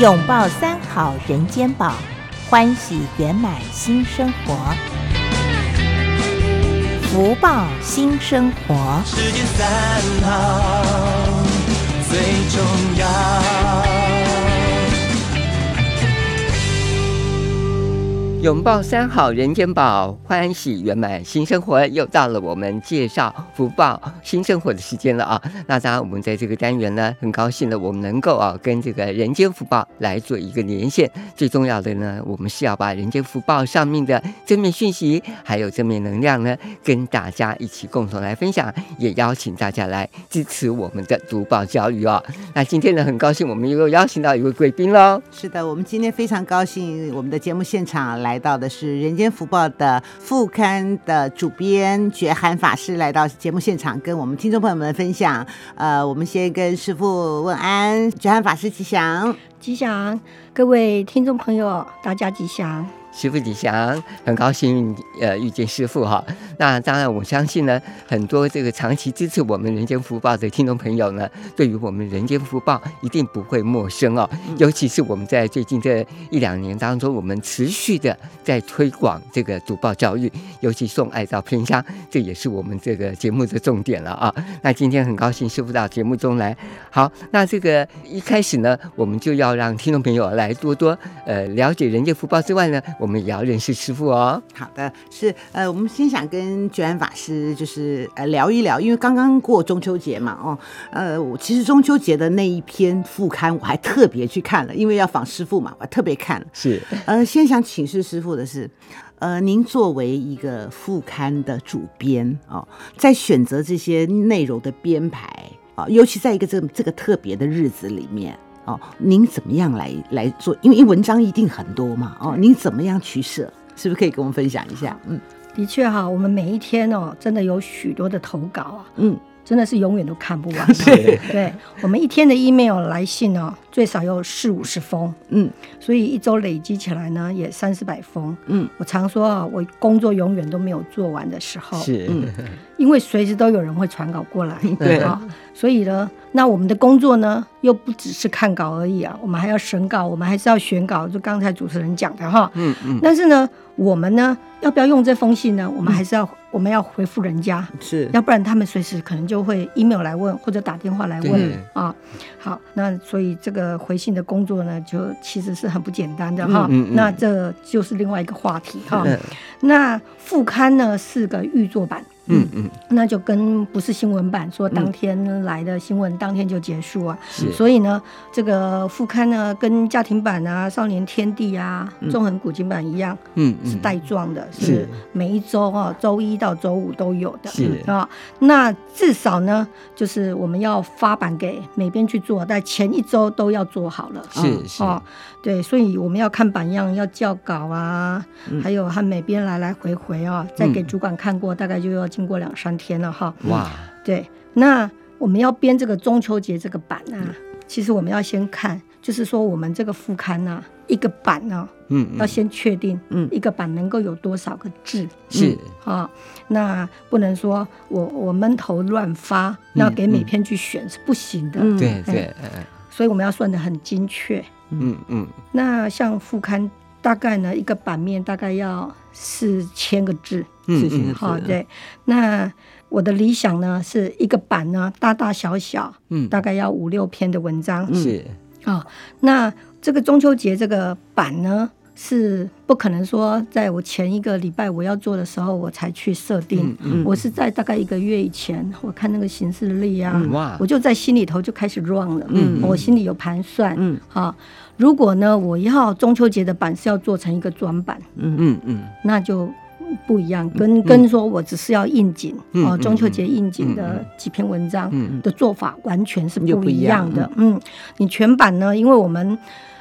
拥抱三好人间宝，欢喜圆满新生活。福报新生活，世间三好最重要。拥抱三好人间宝，欢喜圆满新生活。又到了我们介绍福报新生活的时间了啊！那当然，我们在这个单元呢，很高兴的我们能够啊，跟这个人间福报来做一个连线。最重要的呢，我们是要把人间福报上面的正面讯息，还有正面能量呢，跟大家一起共同来分享，也邀请大家来支持我们的读报教育哦。那今天呢，很高兴我们又邀请到一位贵宾喽。是的，我们今天非常高兴，我们的节目现场来到的是《人间福报》的副刊的主编觉寒法师来到节目现场，跟我们听众朋友们分享。呃，我们先跟师傅问安，觉寒法师吉祥。吉祥，各位听众朋友，大家吉祥。师傅吉祥，很高兴呃遇见师傅哈。那当然，我相信呢，很多这个长期支持我们人间福报的听众朋友呢，对于我们人间福报一定不会陌生哦。尤其是我们在最近这一两年当中，我们持续的在推广这个读报教育，尤其送爱到偏乡，这也是我们这个节目的重点了啊。那今天很高兴师傅到节目中来。好，那这个一开始呢，我们就要让听众朋友来多多呃了解人间福报之外呢，我们也要认识师傅哦。好的，是呃，我们先想跟觉寒法师就是呃聊一聊，因为刚刚过中秋节嘛，哦，呃，我其实中秋节的那一篇副刊我还特别去看了，因为要访师傅嘛，我还特别看了。是，呃，先想请示师傅的是，呃，您作为一个副刊的主编哦，在选择这些内容的编排啊、哦尤其在一个这这个特别的日子里面哦，您怎么样来来做？因为文章一定很多嘛，哦，您怎么样取舍？是不是可以跟我们分享一下？嗯的确哈、我们每一天哦，真的有许多的投稿啊，嗯，真的是永远都看不完。对，我们一天的 email 来信哦，最少有四五十封，嗯所以一周累积起来呢，也三四百封。嗯我常说啊，我工作永远都没有做完的时候，是，因为随时都有人会传稿 过来，对啊，所以呢，那我们的工作呢，又不只是看稿而已啊，我们还要审稿，我们还是要选稿，就刚才主持人讲的哈，嗯嗯，但是呢，我们呢，要不要用这封信呢？我们还是要，我们要回复人家，是要不然他们随时可能就会 email 来问，或者打电话来问对啊。好，那所以这个回信的工作呢，就其实是很不简单的哈。嗯嗯嗯那这就是另外一个话题哈。嗯那副刊呢是个预作版。嗯嗯，那就跟不是新闻版说当天来的新闻、当天就结束啊，是所以呢，这个副刊呢跟家庭版啊、少年天地啊、纵横古今版一样，嗯嗯是带状的，是是每一周啊，周一到周五都有的。是啊，那至少呢，就是我们要发版给每边去做，但前一周都要做好了。是是哦，对，所以我们要看版样，要校稿啊，嗯还有和每边来来回回啊，再给主管看过，大概就要经过两三天了哈。哇，对，那我们要编这个中秋节这个版嗯啊，其实我们要先看，就是说我们这个副刊啊，一个版呢、嗯嗯要先确定，嗯一个版能够有多少个字是啊、那不能说我我闷头乱发，那给每篇去选是不行的，嗯对嗯对，嗯所以我们要算得很精确。嗯嗯，那像副刊，大概呢一个版面大概要四千个字，嗯是是嗯好、对。那我的理想呢是一个版呢大大小小嗯，大概要五六篇的文章啊、是那这个中秋节这个版呢，是不可能说在我前一个礼拜我要做的时候我才去设定嗯，嗯我是在大概一个月以前，我看那个行事历啊，嗯哇我就在心里头就开始 run 了，嗯我心里有盘算，嗯啊，如果呢我要中秋节的版是要做成一个专版，嗯嗯那就。不一样，跟跟说我只是要应景、嗯哦，嗯中秋节应景嗯的几篇文章嗯的做法完全是又不不一一样样的。嗯，你全版呢，因为我们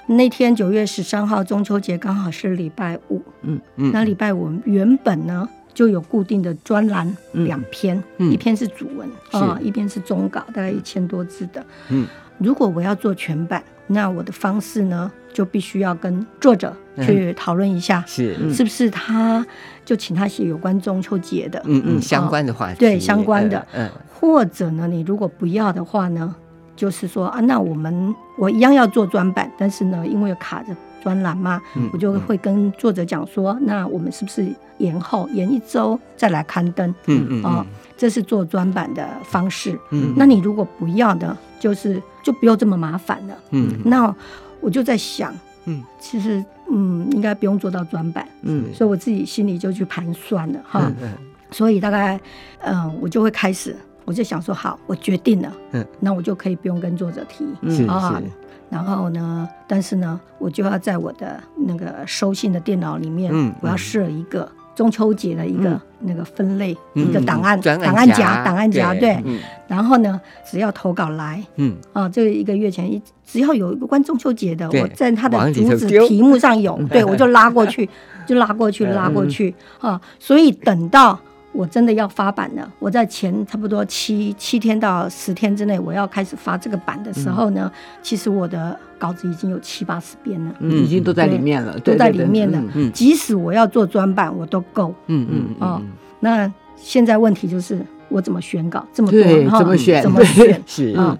那天九月十三号中秋节刚好是礼拜五，嗯，那礼拜五原本呢就有固定的专栏嗯两篇，嗯一篇是主文是啊、一篇是中稿，大概一千多字的。嗯，如果我要做全版，那我的方式呢就必须要跟作者嗯去讨论一下，是嗯是不是他就请他写有关中秋节的，嗯嗯嗯相关的话题，对相关的嗯或者呢你如果不要的话呢，就是说啊，那我们我一样要做专版，但是呢，因为卡着专栏嘛，嗯我就会跟作者讲说，那我们是不是延后延一周再来刊登？嗯嗯啊嗯，这是做专版的方式。嗯那你如果不要的，就是就不用这么麻烦了。嗯那我就在想，嗯，其实嗯，应该不用做到专版，嗯所以我自己心里就去盘算了哈。嗯嗯所以大概，嗯，我就会开始，我就想说，好，我决定了，嗯，那我就可以不用跟作者提，是是啊然后呢，但是呢，我就要在我的那个收信的电脑里面，嗯我要设一个中秋节的一个、嗯那个分类、嗯一个档案、专档案夹、档案夹，对。嗯然后呢，只要投稿来嗯啊，这一个月前一只要有一个关中秋节的，对我在它往的里主头旨丢题目上 有，对我就拉过去，就拉过去，拉嗯过去啊。所以等到我真的要发版了，我在前差不多七七天到十天之内，我要开始发这个版的嗯时候呢，其实我的稿子已经有七八十遍了，嗯，已经都在里面了，都对在对里对面了嗯。嗯即使我要做专版，我都够。嗯嗯哦嗯，那现在问题就是我怎么选稿？这么多对哈怎么选怎么 选？是啊、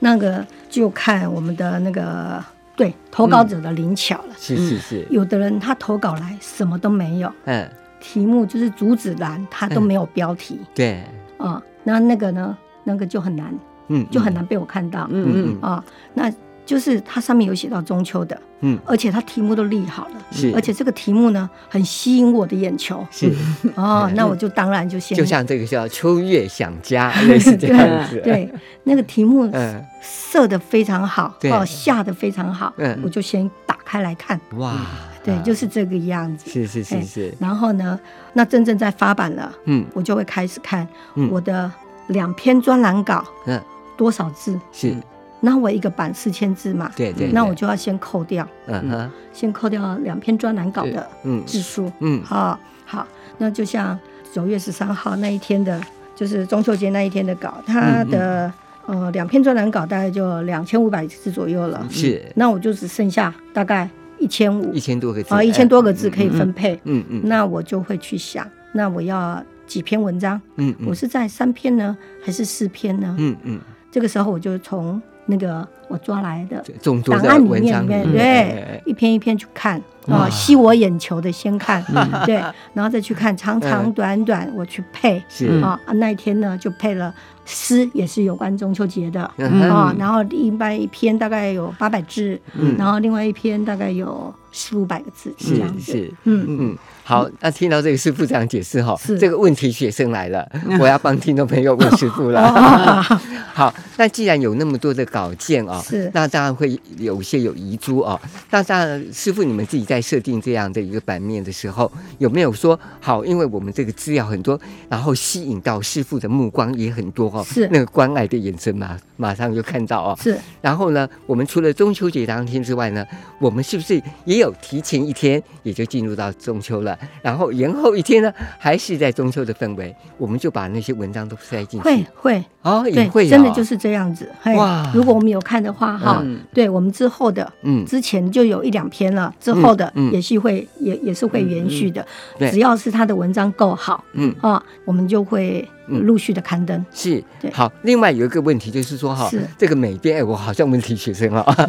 那个就看我们的那个对投稿者的灵巧了。是是是，有的人他投稿来什么都没有，嗯题目就是主旨栏，他都没有标题对，啊、那那个呢，那个就很难，嗯就很难被我看到啊、嗯嗯那就是它上面有写到中秋的，嗯而且它题目都立好了，是，而且这个题目呢很吸引我的眼球是哦， 那我就当然就先就像这个叫秋月想 家，类似这样子，对那个题目 嗯设的非常好，对哦，下的非常好，嗯我就先打开来看，哇，对，啊就是这个样子。是是是哎是，然后呢，那真正在发版了，嗯我就会开始看嗯我的两篇专栏稿嗯多少字，是，那我一个版四千字嘛，对对，那对我就要先扣掉，嗯哼先扣掉两篇专栏稿的嗯字数，嗯好、好，那就像九月十三号那一天的，就是中秋节那一天的稿，嗯它的、呃两篇专栏稿大概就两千五百字左右了，嗯是那我就只剩下大概一千五一千多个字啊，一千多个字可以嗯分配，嗯嗯那我就会去想，那我要几篇文章，嗯嗯我是在三篇呢，还是四篇呢？嗯嗯这个时候我就从那个我抓来的这嗯众多档的案里文面章里面，嗯哎对哎，一篇一篇去看哇啊，吸我眼球的先看，嗯对，然后再去 看长长短短，我去配是嗯啊。那一天呢，就配了诗，也是有关中秋节的嗯啊嗯。然后一般一篇大概有八百字，然后另外一篇大概有四五百个字这样嗯是子。是。嗯，嗯，好，那听到这个师傅这样解释哈，是这个问题学生来 了，我要帮听众朋友问师傅了。哦 好，那既然有那么多的稿件哦，是那当然会有一些有遗珠哦。那当然，师傅你们自己在设定这样的一个版面的时候，有没有说好？因为我们这个资料很多，然后吸引到师傅的目光也很多哦，是那个关爱的眼神嘛，马上就看到哦。是然后呢，我们除了中秋节当天之外呢，我们是不是也有提前一天也就进入到中秋了？然后延后一天呢，还是在中秋的氛围，我们就把那些文章都塞进会去。会。哦，也对，会、哦、真的就是这样子。嘿哇如果我们有看的话，哈、嗯对我们之后的，嗯之前就有一两篇了，之后的嗯嗯嗯也是会、也也是会延续的。对只要是他的文章够好嗯啊，我们就会嗯陆续的刊登。是对好。另外有一个问题就是说哈是，这个美编哎，我好像问题学生了。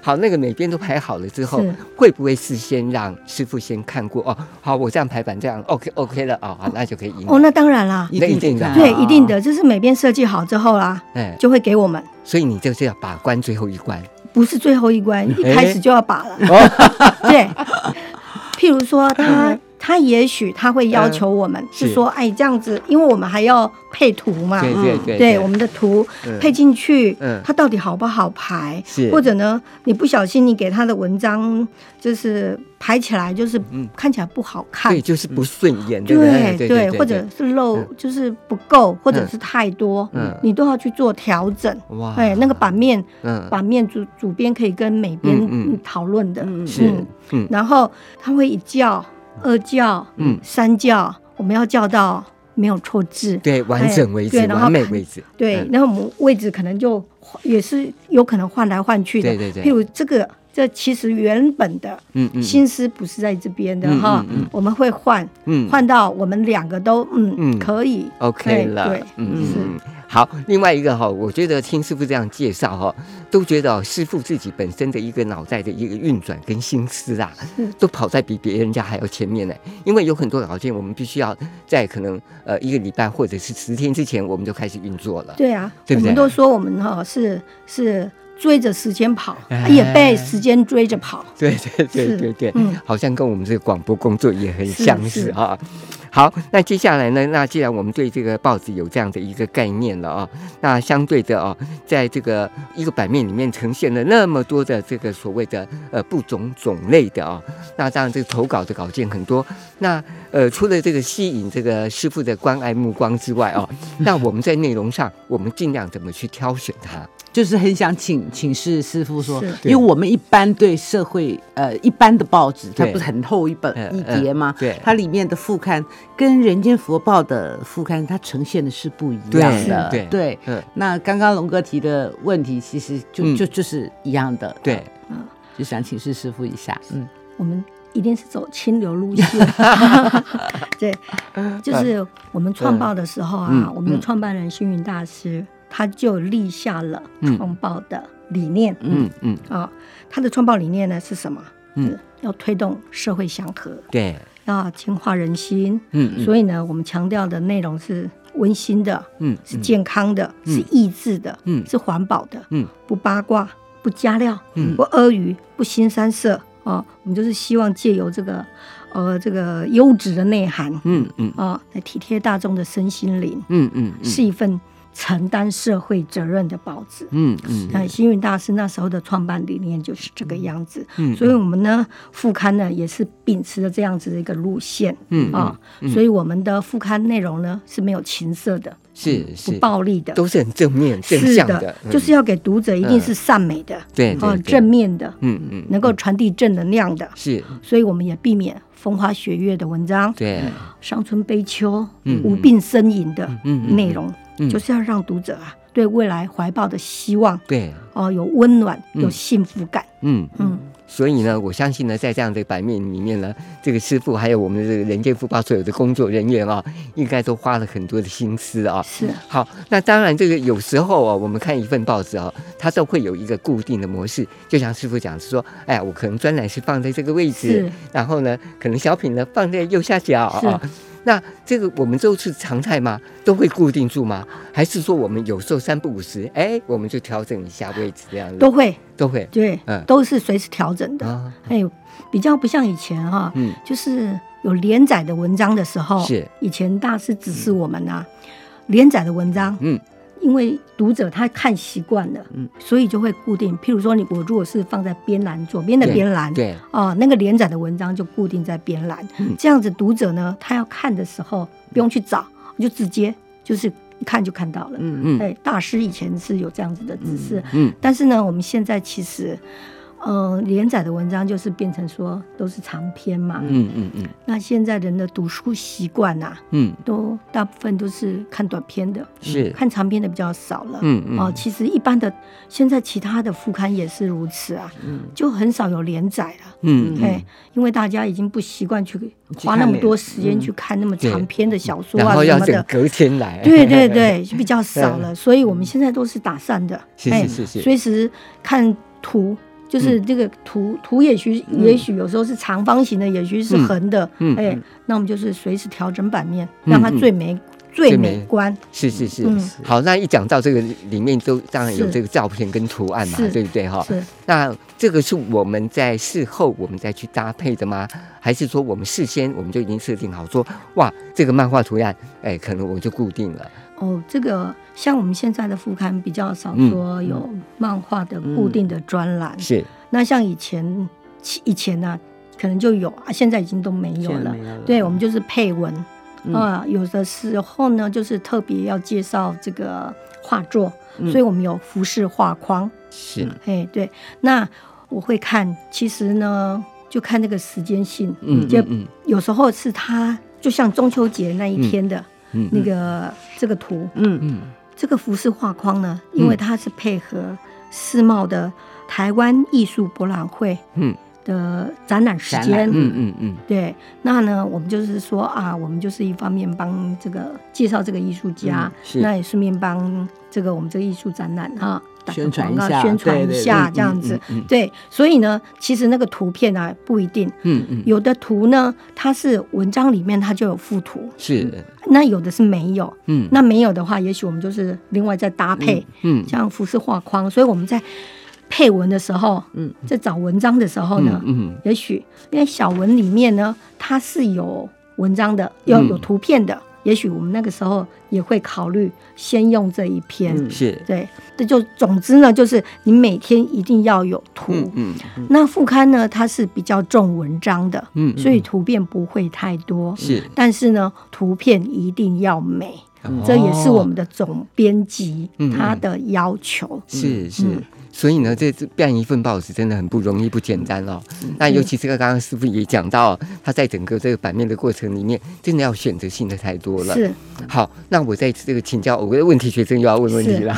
好，那个美编都排好了之后是，会不会事先让师傅先看过？哦，好，我这样排版这样 OK OK 了哦，好，那就可以赢。哦，那当然啦，那一定的啊对，一定的，就是每篇设计好之后啦，哎，就会给我们。所以你就是要把关最后一 关。 不是最后一关，哎一开始就要把了。对，譬如说他。他也许他会要求我们嗯是是说，哎，这样子，因为我们还要配图嘛，对对对啊对我们的图嗯配进去嗯，它到底好不好排是？或者呢，你不小心你给他的文章就是排起来就是看起来不好看嗯对，，就是不顺眼，对不对对对，或者是漏嗯就是不够，或者是太多嗯，你都要去做调整。哇哎，那个版面嗯版面主主编可以跟美编嗯嗯嗯讨论的，嗯是嗯嗯然后他会一教、二教、嗯三教，我们要教到没有错字，对完整为止哎对，然后完美为止，对嗯，然后我们位置可能就也是有可能换来换去的，对对对譬如这个。这其实原本的嗯嗯心思不是在这边的嗯哈嗯嗯，我们会换嗯换到我们两个都嗯嗯可以 OK 哎了对，，嗯嗯嗯。好，另外一个哈，我觉得听师傅这样介绍哈，都觉得师傅自己本身的一个脑袋的一个运转跟心思啊，都跑在比别人家还要前面呢。因为有很多稿件，我们必须要在可能呃一个礼拜或者是十天之前，我们就开始运作了。对啊，对不我们对都说我们哈、是是追着时间跑，啊哎也被时间追着跑。对对对是对对，嗯好像跟我们这个广播工作也很是相是似啊。好，那接下来呢？那既然我们对这个报纸有这样的一个概念了啊，那相对的啊，在这个一个版面里面呈现了那么多的这个所谓的呃不同种类的啊，那当然这个投稿的稿件很多。那呃，除了这个吸引这个师傅的关爱目光之外 啊，那我们在内容上，我们尽量怎么去挑选它？就是很想请请示师傅说是，因为我们一般对社会呃一般的报纸，它对不是很厚一本嗯一叠吗嗯？对它里面的副刊跟《人间福报》的副刊，它呈现的是不一样的。对是对嗯，那刚刚龙哥提的问题，其实就嗯就就是一样的。呃对，就想请示师傅一下。嗯，我们一定是走清流路线。 对，就是我们创报的时候啊，嗯我们的创办人星云大师他就立下了嗯创报的理念。嗯嗯，啊、他的创报理念呢是什么？嗯是要推动社会祥和，对，要净化人心。嗯嗯所以呢，我们强调的内容是温馨的，嗯，是健康的，是益智的，嗯是环保的，嗯，不八卦，不加料，嗯不阿谀，不新三色哦。我们就是希望借由这个，呃，这个优质的内涵，嗯嗯嗯啊、来体贴大众的身心灵，嗯嗯嗯是一份承担社会责任的报纸。嗯嗯那星云大师那时候的创办理念就是这个样子，嗯所以我们呢副刊呢也是秉持着这样子的一个路线，嗯啊，所以我们的副刊内容呢是没有情色的，是是不暴力的，都是很正面正是向的，嗯就是要给读者一定是善美的，对啊对，对正面的，嗯嗯能够传递正能量的，是所以我们也避免风花雪月的文章，对伤春悲秋、嗯无病呻吟的嗯嗯内容，嗯就是要让读者啊对未来怀抱的希望。对哦，有温暖，嗯有幸福感。嗯。嗯，所以呢，我相信呢，在这样的版面里面呢，这个师傅还有我们的这个人间福报所有的工作人员啊、应该都花了很多的心思啊、是好，那当然，这个有时候啊，我们看一份报纸啊，它都会有一个固定的模式，就像师傅讲是说，哎呀，我可能专栏是放在这个位置是，然后呢，可能小品呢放在右下角啊、是那这个我们都是常态吗？都会固定住吗？还是说我们有时候三不五时，哎，我们就调整一下位置这样子？都会，都会对，嗯都是随时调整的。啊，哎、比较不像以前哈、嗯就是有连载的文章的时候，是以前大师指示我们啊，连载的文章，嗯，因为读者他看习惯了，嗯，所以就会固定。譬如说你我如果是放在边栏左边的边栏，对，嗯哦，那个连载的文章就固定在边栏，这样子读者呢，他要看的时候不用去找，就直接就是一看就看到了。嗯嗯对，哎大师以前是有这样子的指示，嗯嗯但是呢，我们现在其实，呃，连载的文章就是变成说都是长篇嘛。嗯嗯嗯那现在人的读书习惯呐、嗯，都大部分都是看短篇的，嗯是看长篇的比较少了。嗯嗯哦，其实一般的现在其他的副刊也是如此啊，就很少有连载了。嗯嗯，哎，因为大家已经不习惯去花那么多时嗯间去看那么长篇的小说然啊后什要么整的。隔天 来，对对对，就比较少了，所以我们现在都是打散的，是是哎是是随时看图，就是这个图图也许也许有时候是长方形的，也许是横的嗯，哎，那我们就是随时调整版面，让它最美最美观，是是是嗯，好，那一讲到这个里面都当然有是这个照片跟图案嘛，是对不对哈？是那这个是我们在事后我们再去搭配的吗？还是说我们事先我们就已经设定好说，哇，这个漫画图案，哎，可能我就固定了，哦，这个像我们现在的副刊比较少嗯说有漫画的固定的专栏，是，那像以前，其以前呢、可能就有啊，现在已经都没有现在了没有了。对，我们就是配文啊、嗯有的时候呢，就是特别要介绍这个画作，嗯所以我们有服饰画框。是，哎，对，那我会看，其实呢，就看那个时间性，嗯就嗯嗯有时候是它，就像中秋节那一天的嗯那个、这个图，嗯嗯这个服饰画框呢，因为它是配合世贸的台湾艺术博览会嗯的展览时展览间，嗯嗯嗯，对，那呢，我们就是说啊，我们就是一方面帮这个介绍这个艺术家，嗯是那也顺便帮这个我们这个艺术展览哈、打个宣传广告一下宣传对一对对下嗯这样子。嗯对，所以呢，其实那个图片啊不一定，嗯嗯，有的图呢它是文章里面它就有附图，是，那有的是没有。嗯，那没有的话，也许我们就是另外再搭配，嗯像服饰画框。所以我们在配文的时候，嗯，在找文章的时候呢，嗯嗯也许因为小文里面呢，它是有文章的，有嗯有图片的，也许我们那个时候也会考虑先用这一篇。嗯是，对，这就总之呢，就是你每天一定要有图。嗯嗯那副刊呢，它是比较重文章的，嗯，所以图片不会太多。是，但是呢，图片一定要美，哦嗯这也是我们的总编辑嗯嗯他的要求。是嗯是。所以呢，这这办一份报纸真的很不容易，不简单哦。嗯那尤其这个刚刚师傅也讲到，他在整个这个版面的过程里面，真的要选择性的太多了。是，好，那我在这个请教我的问题，学生又要问问题了。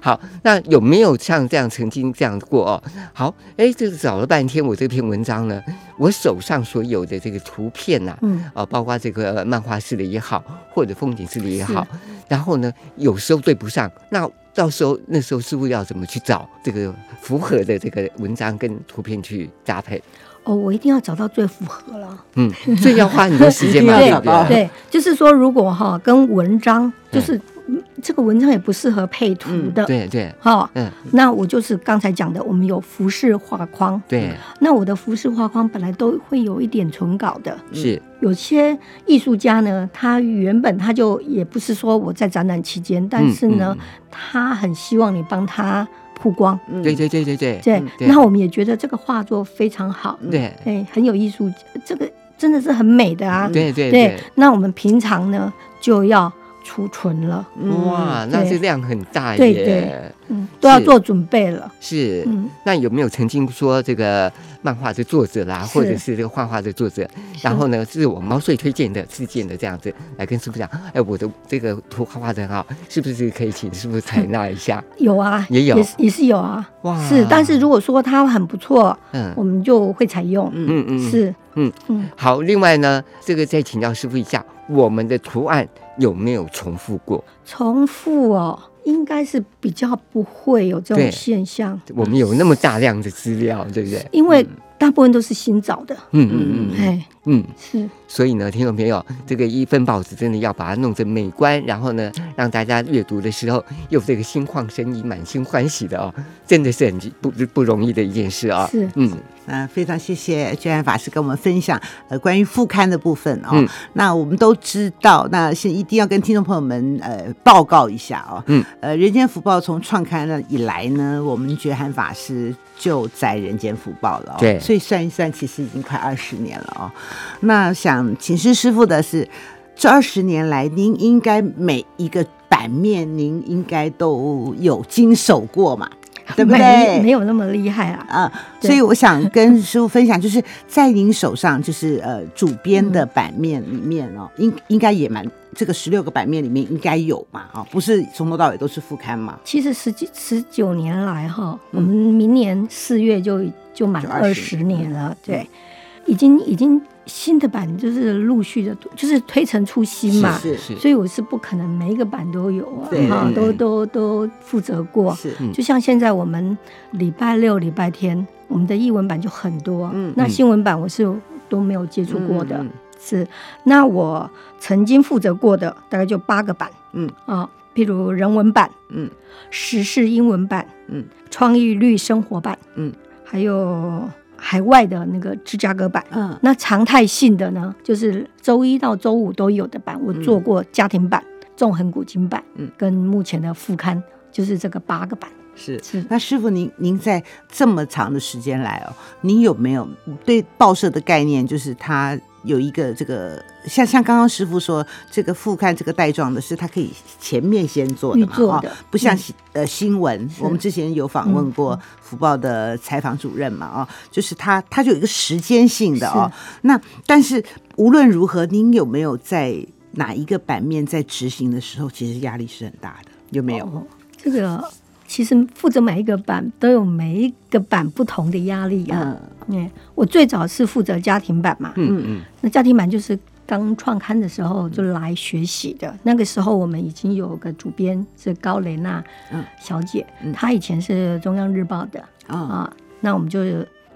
好，那有没有像这样曾经这样过哦？好，哎，这个找了半天，我这篇文章呢，我手上所有的这个图片呐、啊，嗯，呃包括这个呃漫画式的也好，或者风景式的也好，然后呢，有时候对不上，那到时候那时候师傅要怎么去找这个符合的这个文章跟图片去搭配？哦，我一定要找到最符合了。嗯，所以要花很多时间嘛，一定对要不找到对？对，就是说，如果哈跟文章，就是嗯这个文章也不适合配图的，对对，哈。嗯，那我就是刚才讲的，我们有服饰画框，对，那我的服饰画框本来都会有一点纯稿的。是，有些艺术家呢，他原本他就也不是说我在展览期间，但是嗯呢，他很希望你帮他曝光，对对对对对对。嗯对那我们也觉得这个画作非常好，对。对，很有艺术，这个真的是很美的啊。对对对，那我们平常呢就要储存了，嗯哇，那嗯对这量很大耶，对对嗯，都要做准备了。是。嗯，那有没有曾经说这个漫画的作者啦，是或者是这个画画的作者，然后呢是我毛遂推荐的、自荐的这样子来跟师傅讲，哎，我的这个图画画的很好，是不是可以请师傅采纳一下？有啊，也有也是也是有啊。哇是，但是如果说它很不错，嗯我们就会采用。嗯嗯，是，嗯嗯，好。另外呢，这个再请教师傅一下，我们的图案有没有重复过？重复哦，应该是比较不会有这对种现象，我们有那么大量的资料，对不对？因为大部分都是新找的。嗯嗯嗯嗯哎，嗯。是，所以呢，听众朋友，这个一份报纸真的要把它弄成美观，然后呢，让大家阅读的时候又这个心旷神怡、满心欢喜的哦，真的是很不不容易的一件事啊、是嗯，那呃非常谢谢娟然法师跟我们分享呃关于副刊的部分哦。嗯那我们都知道，那先一定要跟听众朋友们呃报告一下哦。嗯，呃，《人间福报》从创刊了以来呢，我们觉寒法师就在《人间福报》了、哦。对所以算一算，其实已经快二十年了哦。那想请示师傅的是，这二十年来，您应该每一个版面，您应该都有经手过嘛？对不对没没有那么厉害啊。啊，对所以我想跟师傅分享，就是在您手上，就是呃主编的版面里面哦，应应该也蛮这个十六个版面里面应该有嘛，哦，不是从头到尾都是副刊嘛，其实十几十九年来哈，我们明年四月就就满就二20十年了，对，已经已经新的版就是陆续的，就是推陈出新嘛，是是所以我是不可能每一个版都有啊对，哈嗯，都嗯都都负责过。是嗯就像现在我们礼拜六、礼拜天，我们的译文版就很多，嗯那嗯新闻版我是都没有接触过的，嗯嗯嗯是，那我曾经负责过的大概就八个版，嗯啊，譬如人文版，嗯，时事英文版，嗯，创意绿生活版，嗯，还有海外的那个芝加哥版。嗯那常态性的呢，就是周一到周五都有的版，我做过家庭版、纵横古今版，嗯跟目前的副刊就是这个八个版。是是那师傅您您在这么长的时间来哦，您有没有对报社的概念，就是它有一个这个像像刚刚师傅说这个副刊这个带状的是它可以前面先做的嘛预做的哦不像嗯新呃新闻，我们之前有访问过福报的采访主任嘛哦，就是它它就有一个时间性的哦。那但是无论如何，您有没有在哪一个版面在执行的时候，其实压力是很大的，有没有？哦，这个其实负责每一个版都有每一个版不同的压力啊。嗯嗯，我最早是负责家庭版嘛，嗯嗯那家庭版就是刚创刊的时候就来学习嗯的。那个时候我们已经有个主编是高蕾娜嗯小姐，嗯她以前是中央日报的啊啊。那我们就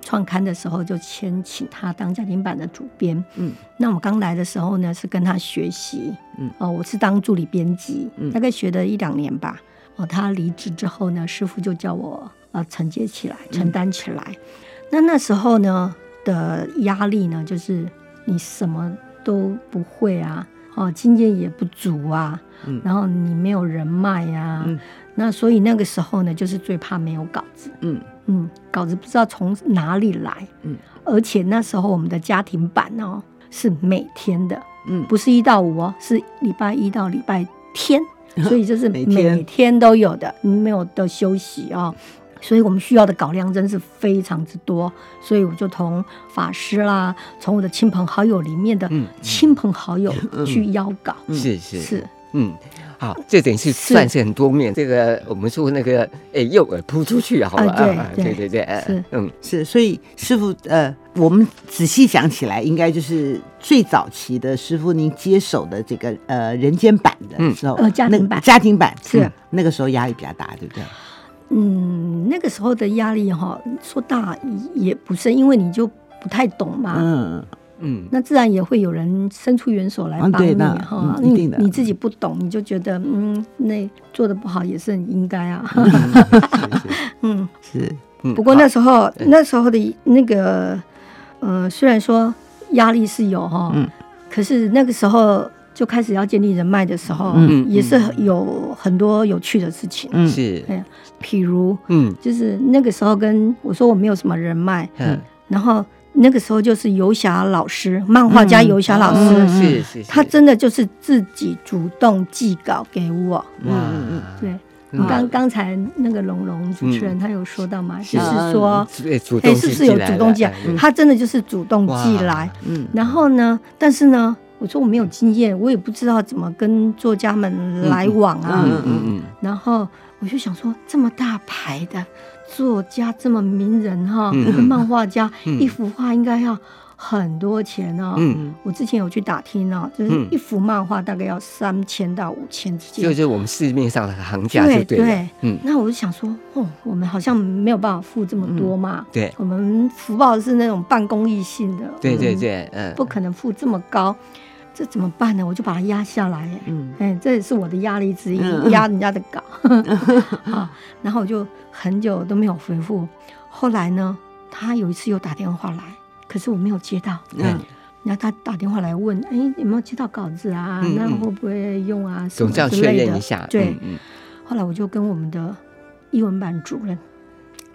创刊的时候就先请她当家庭版的主编。嗯，那我刚来的时候呢是跟她学习，嗯，哦，我是当助理编辑，嗯大概学了一两年吧。哦，她离职之后呢，师傅就叫我呃承接起嗯来，承担起来。那那时候呢的压力呢，就是你什么都不会啊，哦，经验也不足啊，嗯然后你没有人脉呀、嗯那所以那个时候呢，就是最怕没有稿子，嗯嗯，稿子不知道从哪里来，嗯，而且那时候我们的家庭版哦是每天的，嗯不是一到五哦，是礼拜一到礼拜天，所以就是每每天天都有的，没有的休息哦。所以我们需要的稿量真是非常之多，所以我就从法师啦，从我的亲朋好友里面的嗯亲朋好友去邀稿，嗯，是是是，嗯，好，这等于是是算是很多面。这个我们说那个，哎，右耳扑出去，好吧？啊对啊对对对对，哎是嗯，是，所以师傅，呃，我们仔细想起来，应该就是最早期的师傅您接手的这个呃人间版的时候，嗯呃家庭版那家庭版是啊嗯那个时候压力比较大，对不对？嗯，那个时候的压力哈，说大也不是，因为你就不太懂嘛，嗯， 嗯，那自然也会有人伸出援手来啊帮对你的哈、嗯你一定的你自己不懂，你就觉得嗯，那做的不好也是很应该啊。嗯，是，嗯 不过那时候那时候的那个呃，虽然说压力是有哈、嗯可是那个时候就开始要建立人脉的时候，嗯也是有很多有趣的事情，好嗯是，譬如嗯就是那个时候跟我说我没有什么人脉，嗯，然后那个时候就是游侠老师，漫画家嗯游侠老师。嗯是是是，他真的就是自己主动寄稿给我。嗯哇，对，嗯刚刚才那个龙龙主持人他有说到嘛，就是嗯说，对主哎，动是自不是己有来主了动寄来哎？他真的就是主动寄来。嗯然后呢，但是呢，我说我没有经验，我也不知道怎么跟作家们来往啊。嗯嗯嗯，然后我就想说，这么大牌的作家，这么名人哈、嗯漫画家，嗯一幅画应该要很多钱哦。嗯，我之前有去打听哦，就是嗯一幅漫画大概要三千到五千之间。就是我们市面上的行价就对了对，嗯那我就想说，哦，我们好像没有办法付这么多嘛。嗯对我们福报是那种半公益性的，对对嗯，对，嗯，不可能付这么高，这怎么办呢？我就把它压下来。哎嗯哎，这也是我的压力之一嗯，压人家的 稿啊。然后我就很久都没有回复。后来呢，他有一次又打电话来，可是我没有接到。嗯然后他打电话来问，哎，有没有接到稿子啊？嗯嗯那会不会用啊？什总么是要之确类认的一下，对，嗯后来我就跟我们的译文版主任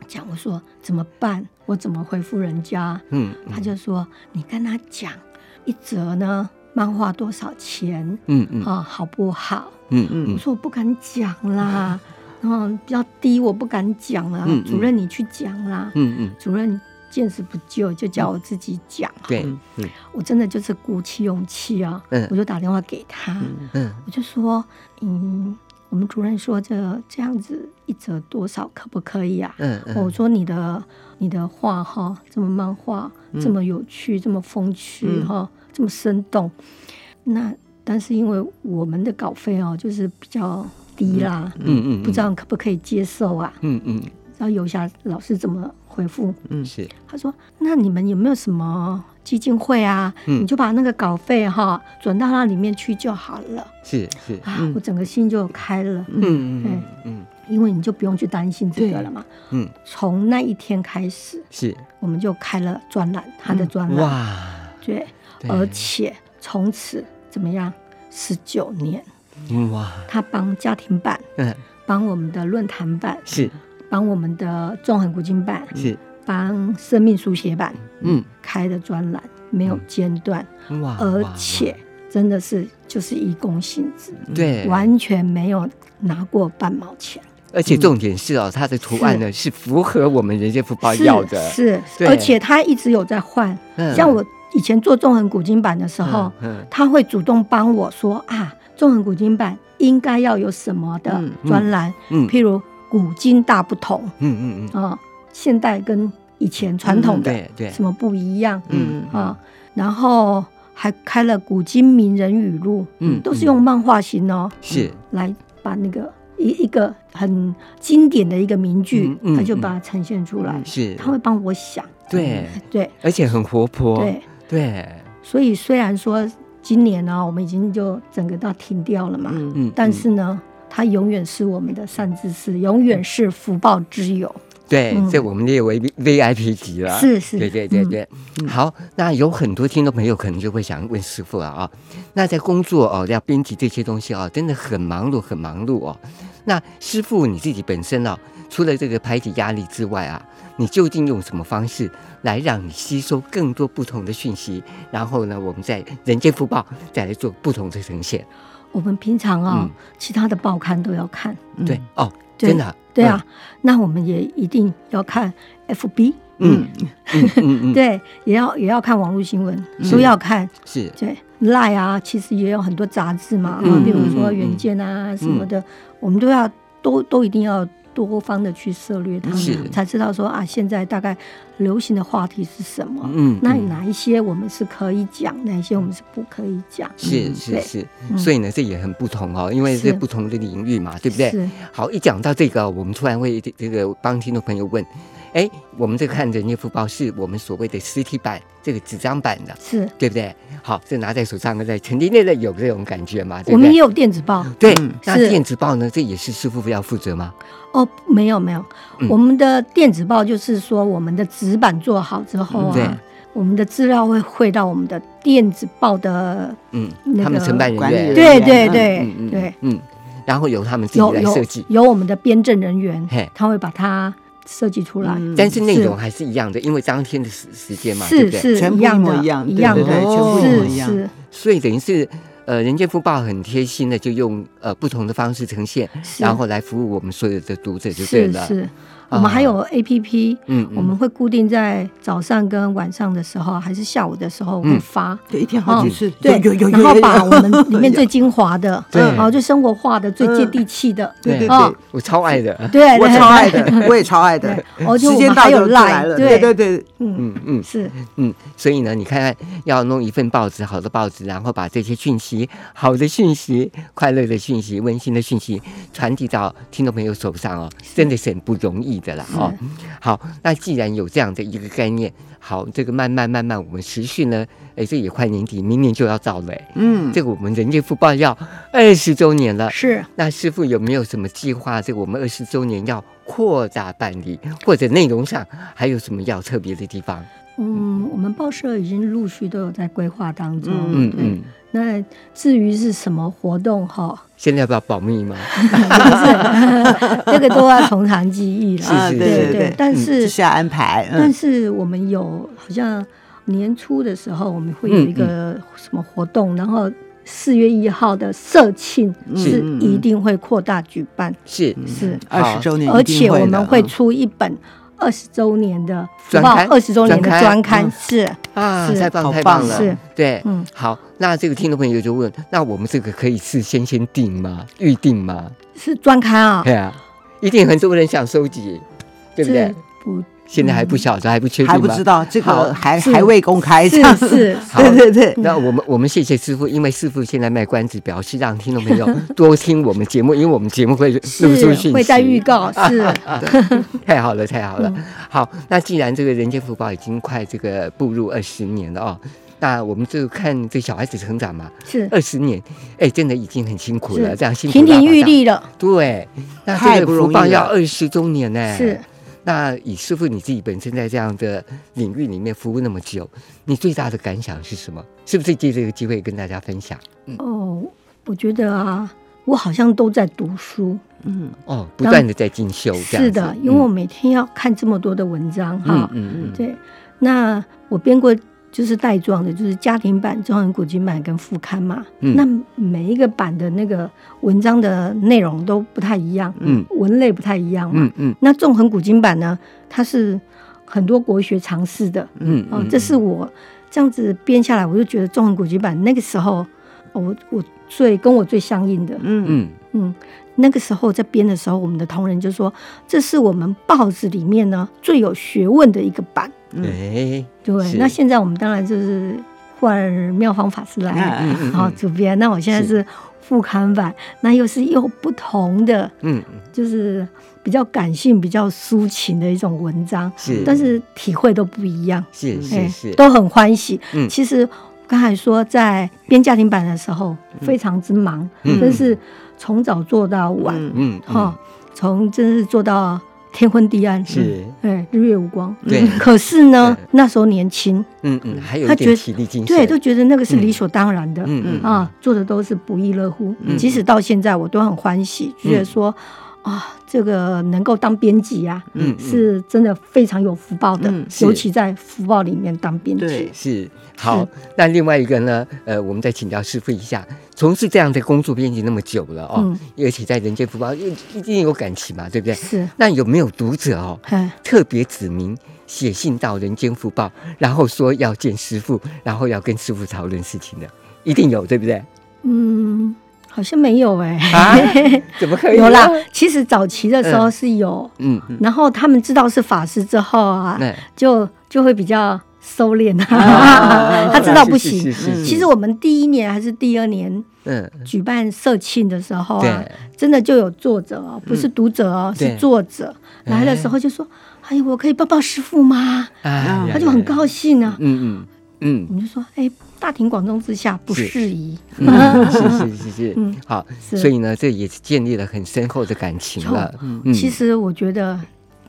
讲，我说怎么办？我怎么回复人家？嗯嗯，他就说你跟他讲，一折呢漫画多少钱嗯嗯啊、好不好？嗯嗯我嗯说我不敢讲啦， 嗯，比较低，我不敢讲啦嗯嗯。主任你去讲啦，嗯嗯，主任见死不救，就叫我自己讲。对，嗯我真的就是鼓起勇气啊，嗯我就打电话给他。嗯我就说，嗯，我们主任说这这样子一折多少，可不可以啊？嗯我嗯，说你的你的画哈，这么漫画，嗯这么有趣，这么风趣嗯哈，这么生动，那但是因为我们的稿费哦，就是比较低啦，嗯嗯，不知，道可不可以接受啊？嗯嗯然后游侠老师怎么回复？嗯是，他说：“那你们有没有什么基金会啊？嗯你就把那个稿费哈转到那里面去就好了。”是是，啊，我整个心就开了，嗯嗯嗯因为你就不用去担心这个了嘛。嗯，从那一天开始，是，我们就开了专栏，他的专栏，嗯哇，对，对而且从此怎么样？十九年，哇，他帮家庭版，嗯帮我们的论坛版，是帮我们的纵横古今版，是，帮生命书写版嗯开的专栏，没有间断，哇，而且真的是就是一公性质，对，完全没有拿过半毛钱。而且重点是哦，它的图案呢是符合我们人间福报是啊要的，是，对而且他一直有在换。嗯像我以前做纵横古今版的时候，嗯他会主动帮我说啊，纵横古今版应该要有什么的嗯专栏，嗯譬如古今大不同嗯嗯嗯，啊，现代跟以前传统的对对，什么不一样嗯啊，然后还开了古今名人语录，嗯都是用漫画型哦，是来把那个一一个很经典的一个名句嗯，嗯他就嗯把它呈现出来，是，他会帮我想，对，对而且很活泼，对，对，所以虽然说今年呢，我们已经就整个到停掉了嘛，嗯，嗯，但嗯是呢，它永远是我们的善知识，永远是福报之友。对，嗯这我们列为 V- VIP 级了。是是嗯嗯对对对对。好，那有很多听众朋友可能就会想问师傅了啊，那在工作哦，要编辑这些东西哦，真的很忙碌，很忙碌哦。那师傅你自己本身哦，除了这个排解压力之外啊，你究竟用什么方式来让你吸收更多不同的讯息？然后呢，我们在人间福报再来做不同的呈现。我们平常啊、嗯其他的报刊都要看，对哦，嗯对真的，对啊，那我们也一定要看 FB，嗯，嗯嗯嗯嗯， 对，也要也要看网络新闻，是都要看，嗯是，对。赖啊，其实也有很多杂志嘛，啊、嗯比如说嗯嗯《远见》啊什么的，我们都要都都一定要多方的去涉猎它是，才知道说啊，现在大概流行的话题是什么。嗯，那嗯哪一些我们是可以讲，哪一些我们是不可以讲？是嗯是对是，嗯所以呢，这也很不同哦，因为这是不同的领域嘛，对不对？是好，一讲到这个，我们突然会这这个帮听众朋友问，哎，我们这个看人间福报是我们所谓的实体版，这个纸张版的，是，对不对？好，这拿在手上，在曾经那个有这种感觉嘛，对我不们对？也有电子报对嗯，那是电子报呢？这也是师傅要负责吗？哦，没有没有嗯，我们的电子报就是说我们的纸版做好之后嗯对啊，我们的资料会汇到我们的电子报的，嗯，那他们个承办人管理员，人对员对嗯对嗯对，，嗯，然后由他们自己有来有设计，有我们的编正人员嘿，他会把它设计出来，嗯但是内是容还是一样的，因为当天的时时间嘛，对是不对？是全部一样一模一的样一对样对的，对全部一模是一样是所以等于是，呃，人间福报很贴心的，就用呃不同的方式呈现，是然后来服务我们所有的读者就对是了。啊是，我们还有 A P P，嗯嗯我们会固定在早上跟晚上的时候，还是下午的时候嗯会发。就一天好几嗯次，对有有有，然后有把我们里面最有精 华的，对然后最生活化的、最嗯接地气的，对对哦对，我超爱的。对， 我 对超爱，的，我也超爱的对，，而且时我间们到还就有就来了，对对对，对，嗯，嗯嗯是嗯，所以呢，你看看，要弄一份报纸，好的报纸，然后把这些讯息、好的讯息、快乐的讯息、温馨的讯息传递到听众朋友手上哦，真的是很不容易的啦哦。好，那既然有这样的一个概念，好，这个慢慢慢慢，我们持续呢，哎，这也快年底，明年就要到了，哎嗯，这个我们人间福报要二十周年了。是。那师傅有没有什么计划？这个我们二十周年要扩大办理，或者内容上还有什么要特别的地方？嗯，我们报社已经陆续都有在规划当中。嗯嗯对嗯，那至于是什么活动哈，现在要不要保密吗？这个都要从长计议了。啊是是对是对对，但这是是要安排，但嗯是我们有好像年初的时候，我们会有一个什么活动，然后四月一号的社庆是是一定会扩大举办，是是，二好十周年而一定且的，我们会嗯出一本二十周年的福专报刊，二十周年的专专刊刊嗯是啊，是太棒好太棒棒了！是，对，嗯好。那这个听众朋友就问，那我们这个可以事先先定吗？预定吗？是专刊啊，对啊，一定很多人想收集，对不对是？不现在还不晓得，还不确定吗？还不知道这好个还是还未公哎开，这样是 是好对对对，那我们我们谢谢师傅，因为师傅现在卖关子，表示让听众朋 友多听我们节目，因为我们节目会录出讯是息，会在预告 嗯是太好了，太好了。好，那既然这个人间福报已经快这个步入二十年了哦，那我们就看这小孩子成长嘛。是二十年，哎，真的已经很辛苦了，是这样辛苦亭大亭法玉大。立了，对，那太这个不福容易报了要二十周年呢。是。那以师傅你自己本身在这样的领域里面服务那么久，你最大的感想是什么？是不是借这个机会跟大家分享？哦，我觉得啊，我好像都在读书。嗯哦，不断的在进修，这样是的子，因为我每天要看这么多的文章哈嗯。嗯嗯对，那我编过就是带状的，就是家庭版、中文古今版跟副刊嘛。嗯那每一个版的那个文章的内容都不太一样，嗯文类不太一样嘛。嗯嗯那纵横古今版呢，它是很多国学常识的，嗯哦，这是我这样子编下来，我就觉得纵横古今版那个时候，哦我我最跟我最相应的，嗯嗯嗯，那个时候在编的时候，我们的同仁就说，这是我们报纸里面呢最有学问的一个版。哎，对是，那现在我们当然就是换妙方法师来嗯好主编，那我现在是副刊版，那又是又不同的，嗯，就是比较感性、比较抒情的一种文章，是但是体会都不一样，是哎是是，都很欢喜。嗯其实我刚才说在编家庭版的时候非常之忙，嗯真是从早做到晚，嗯嗯哈，从真是做到天昏地暗，是哎，日月无光。对可是呢对，那时候年轻，嗯嗯，还有他一觉点得体力精神，对，都觉得那个是理所当然的。嗯嗯啊，做的都是不亦乐乎。即使到现在，我都很欢喜，觉得说啊，这个能够当编辑啊，嗯是真的非常有福报的，嗯是尤其在福报里面当编辑对。是好，那另外一个呢？呃，我们再请教师傅一下，从事这样的工作编辑那么久了哦，嗯而且在《人间福报》又一定有感情嘛，对不对？是，那有没有读者哦，哎，特别指明写信到《人间福报》，然后说要见师傅，然后要跟师傅讨论事情的？一定有，对不对？嗯，好像没有哎、啊， 怎么可以？有啦，，其实早期的时候嗯是有，嗯，然后他们知道是法师之后啊，那就就会比较收敛啊啊， 他知道不是行是。是是其实我们第一年还是第二年嗯，举办社庆的时候啊对，真的就有作者哦，不是读者哦，对是作者来的时候就说：“哎，我可以抱抱师傅吗？”啊他就很，高兴啊。嗯嗯我们就说：“哎，大庭广众之下不是适宜。嗯 嗯，是是是是，嗯好，是所以呢，这也是建立了很深厚的感情了。嗯其实我觉得，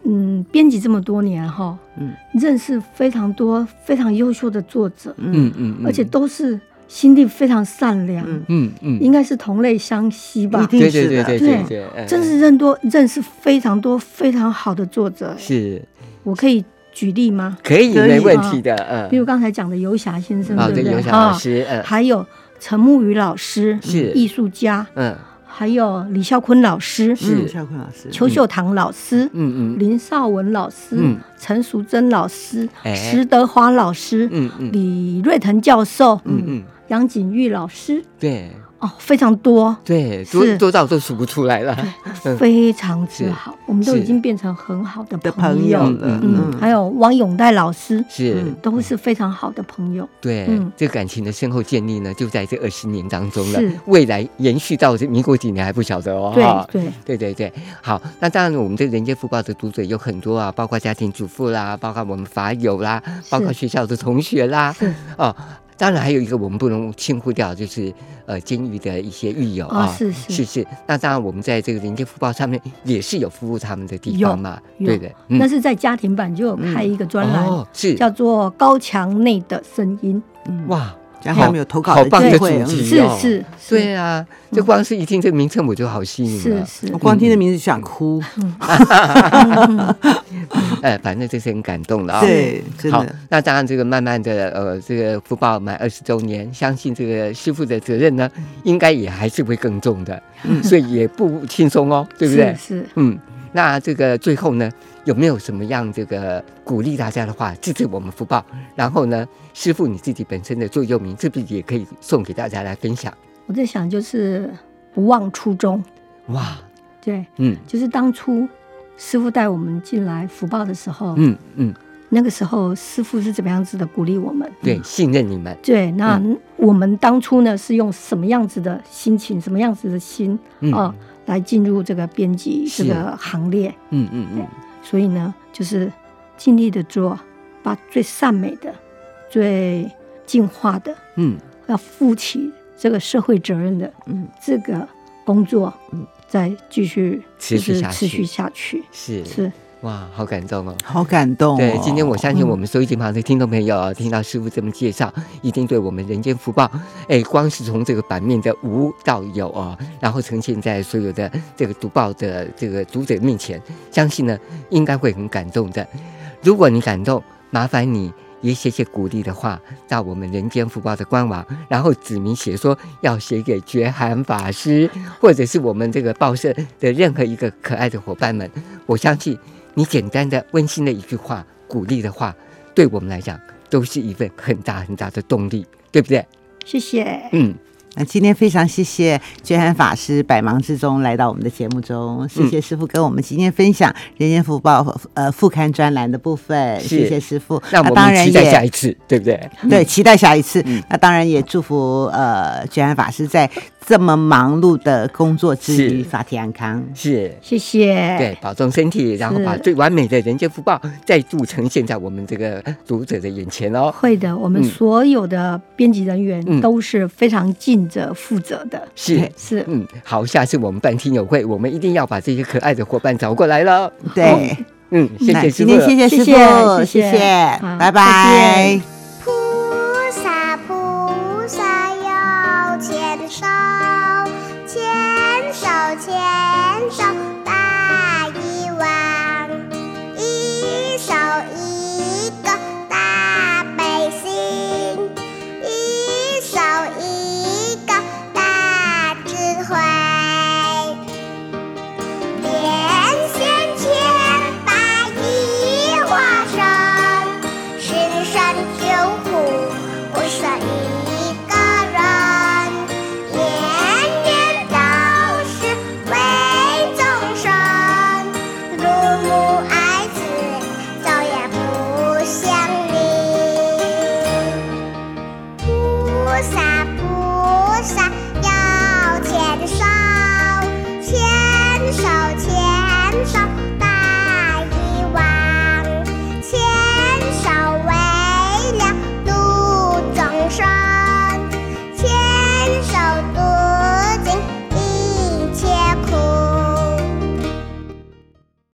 嗯，编辑这么多年哈，嗯认识非常多非常优秀的作者，嗯嗯，嗯而且都是心地非常善良，嗯嗯嗯，应该是同类相吸吧一。定对是对对的对对对，嗯真是认多认识非常多非常好的作者，是我可以举例吗？可以可以没问题的，嗯，啊比如刚才讲的游侠先生，啊，对对不尤对？小老啊师，嗯还有陈木鱼老师，是艺术家，嗯还有李孝坤老师，嗯，是夏坤老师，邱秀堂老师，嗯嗯林少文老师、嗯陈淑珍老师、哎石德华老师、嗯嗯李瑞腾教授、嗯嗯，杨景玉老师，对哦，非常多，对，是多多到都数不出来了，嗯非常之是好，我们都是已经变成很好的的朋友了，嗯，还有王永代老师是嗯都是非常好的朋友。对嗯，这感情的深厚建立呢，就在这二十年当中了是。未来延续到这民国几年还不晓得哦。对哈对对对对，好，那当然我们这《人间福报》的读者有很多啊，包括家庭主妇啦，包括我们法友啦，包括学校的同学啦，是哦。当然，还有一个我们不能轻忽掉，就是呃，监狱的一些狱友啊啊，是是是那当然，我们在这个《人间福报》上面也是有服务他们的地方嘛，有对的。嗯但是在家庭版就有开一个专栏，哦，是叫做《高墙内的声音哇，然后他们有投稿好棒的机主会嗯题、是哦，是是嗯对啊，这光是一听这名称我就好吸》，引是了。是我，光听这名字就想哭， 哎，反正就是很感动了啊、对，真好的，，那当然，这个慢慢的，呃，这个福报满二十周年，相信这个师傅的责任呢，嗯应该也还是会更重的，所以也不轻松哦，对不对？是是嗯，那这个最后呢，有没有什么样这个鼓励大家的话，支持我们福报？然后呢，师傅你自己本身的座右铭，是不是也可以送给大家来分享？我在想就是不忘初衷，哇，对，嗯就是当初师傅带我们进来福报的时候，嗯嗯，那个时候师傅是怎么样子的鼓励我们？对，嗯信任你们，对，那我们当初呢是用什么样子的心情、什么样子的心嗯啊、来进入这个编辑是这个行列？嗯嗯嗯，所以呢，就是尽力的做，把最善美的、最进化的，嗯，要负起这个社会责任的，嗯，这个工作，嗯，再继续持续就是下持去续下去，是是哇，好感动哦。好感动哦。对，今天我相信我们收音机旁的听众朋友啊，听到师傅这么介绍，一定对我们《人间福报》哎，光是从这个版面的无到有啊，然后呈现在所有的这个读报的这个读者面前，相信呢应该会很感动的。如果你感动，麻烦你。也写写鼓励的话，到我们《人间福报》的官网，然后指明写说要写给觉寒法师，或者是我们这个报社的任何一个可爱的伙伴们，我相信你简单的、温馨的一句话、鼓励的话，啊对我们来讲都是一份很大很大的动力，对不对？谢谢。嗯，那今天非常谢谢觉涵法师百忙之中来到我们的节目嗯中，谢谢师傅跟我们今天分享《人间福报》呃副刊专栏的部分，是谢谢师傅。那我当们然期待下也一次，嗯对不对？对，期待下一次。那当然也祝福呃觉涵法师在这么忙碌的工作之余是法体安康。是。谢谢，对，保重身体，然后把是最完美的人间福报再度呈现在我们这个读者的眼前哦。会的，我们嗯所有的编辑人员嗯都是非常尽责负责的，是，是。 嗯，好，下次我们办听友会，我们一定要把这些可爱的伙伴找过来了。对，嗯，谢那谢今师傅天谢谢师谢谢傅，谢谢谢谢，好拜再拜见。菩萨菩萨有千手，千手千手把一望，一手一个大背心，一手一个大智慧。变现千百亿化身，十善九苦不剩一个人，年年都是为众生，如母爱子，昼夜不相离。菩萨菩萨